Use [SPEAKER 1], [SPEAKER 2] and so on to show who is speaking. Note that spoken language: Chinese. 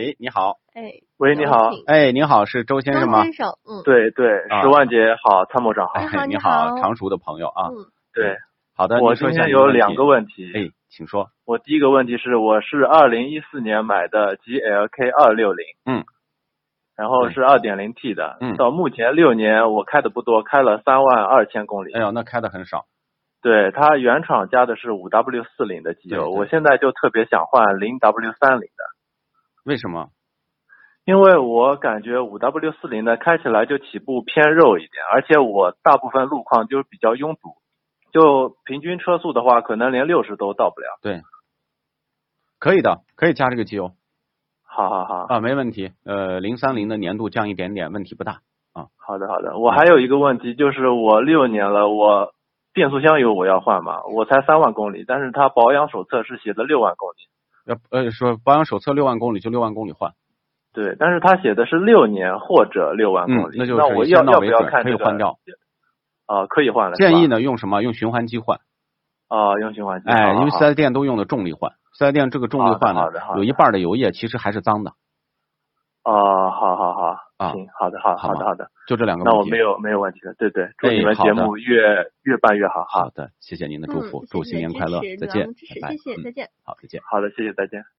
[SPEAKER 1] 喂，你好。
[SPEAKER 2] 哎，
[SPEAKER 3] 喂，你好，
[SPEAKER 1] 哎，您好，是周先生吗
[SPEAKER 2] 张？先生，嗯，
[SPEAKER 3] 对对，
[SPEAKER 1] 啊
[SPEAKER 3] 十万姐好，参谋长好，
[SPEAKER 2] 哎
[SPEAKER 1] 哎，
[SPEAKER 2] 你
[SPEAKER 1] 你
[SPEAKER 2] 好
[SPEAKER 1] 好，常熟的朋友啊。
[SPEAKER 2] 嗯，
[SPEAKER 3] 对
[SPEAKER 1] 好的，
[SPEAKER 3] 我
[SPEAKER 1] 您
[SPEAKER 3] 今
[SPEAKER 1] 说一下
[SPEAKER 3] 天
[SPEAKER 1] 您的
[SPEAKER 3] 有
[SPEAKER 1] 问题
[SPEAKER 3] 两个问题，
[SPEAKER 1] 哎，请说。
[SPEAKER 3] 我第一个问题是，我是二零一四年买的 GLK 二六零，
[SPEAKER 1] 嗯，
[SPEAKER 3] 然后是二点零 T 的，
[SPEAKER 1] 嗯
[SPEAKER 3] 到目前六年我开的不多，开了三万二千公里，
[SPEAKER 1] 哎呦，那开的很少。
[SPEAKER 3] 对它原厂加的是五 W 四零的机
[SPEAKER 1] 对
[SPEAKER 3] 油，
[SPEAKER 1] 对
[SPEAKER 3] 我现在就特别想换零 W 三零的，
[SPEAKER 1] 为什么？
[SPEAKER 3] 因为我感觉五 W 四零呢开起来就起步偏肉一点，而且我大部分路况就是比较拥堵，就平均车速的话，可能连六十都到不了。
[SPEAKER 1] 可以的，可以加这个机油
[SPEAKER 3] 好好好，
[SPEAKER 1] 啊，没问题。呃，零三零的粘度降一点点，问题不大。
[SPEAKER 3] 好的好的。我还有一个问题，就是我六年了，我变速箱油我要换嘛，我才三万公里，但是它保养手册是写的六万公里，
[SPEAKER 1] 要呃说保养手册六万公里就六万公里换，
[SPEAKER 3] 对，但是它写的是六年或者六万
[SPEAKER 1] 嗯
[SPEAKER 3] 公，里，
[SPEAKER 1] 那就
[SPEAKER 3] 那
[SPEAKER 1] 是
[SPEAKER 3] 我
[SPEAKER 1] 以
[SPEAKER 3] 要
[SPEAKER 1] 先到
[SPEAKER 3] 要不
[SPEAKER 1] 为
[SPEAKER 3] 要
[SPEAKER 1] 准，
[SPEAKER 3] 看
[SPEAKER 1] 可
[SPEAKER 3] 这
[SPEAKER 1] 以
[SPEAKER 3] 个？
[SPEAKER 1] 换掉。
[SPEAKER 3] 啊、可以换了。
[SPEAKER 1] 建议
[SPEAKER 3] 呢？
[SPEAKER 1] 呢用什么？用循环机换。
[SPEAKER 3] 啊、用循环机。
[SPEAKER 1] 哎，
[SPEAKER 3] 好
[SPEAKER 1] 因为
[SPEAKER 3] 好
[SPEAKER 1] 四 S 店都用的重力换，四 S 店这个重力
[SPEAKER 3] 好的
[SPEAKER 1] 换呢
[SPEAKER 3] 好的好，的
[SPEAKER 1] 有一半的油液其实还是脏的。
[SPEAKER 3] 好啊，好好好，
[SPEAKER 1] 啊
[SPEAKER 3] 行，好的好，
[SPEAKER 1] 好
[SPEAKER 3] 好的
[SPEAKER 1] 吗
[SPEAKER 3] 好的。
[SPEAKER 1] 就这两个
[SPEAKER 3] 那我
[SPEAKER 1] 问题
[SPEAKER 3] 没。有没有问题的，对对，祝
[SPEAKER 1] 哎
[SPEAKER 3] 你们
[SPEAKER 1] 好
[SPEAKER 3] 节
[SPEAKER 1] 的
[SPEAKER 3] 目越越办越好哈
[SPEAKER 1] 好。的，谢谢您的
[SPEAKER 2] 嗯
[SPEAKER 1] 祝福，祝
[SPEAKER 2] 谢谢
[SPEAKER 1] 新
[SPEAKER 2] 你的
[SPEAKER 1] 年
[SPEAKER 2] 支
[SPEAKER 1] 快乐
[SPEAKER 2] 持，
[SPEAKER 1] 再
[SPEAKER 2] 暖
[SPEAKER 1] 见
[SPEAKER 2] 阳支持，
[SPEAKER 1] 拜拜。
[SPEAKER 2] 谢谢，
[SPEAKER 1] 嗯
[SPEAKER 2] 再见。
[SPEAKER 1] 好，再见。
[SPEAKER 3] 好的，谢谢，再见。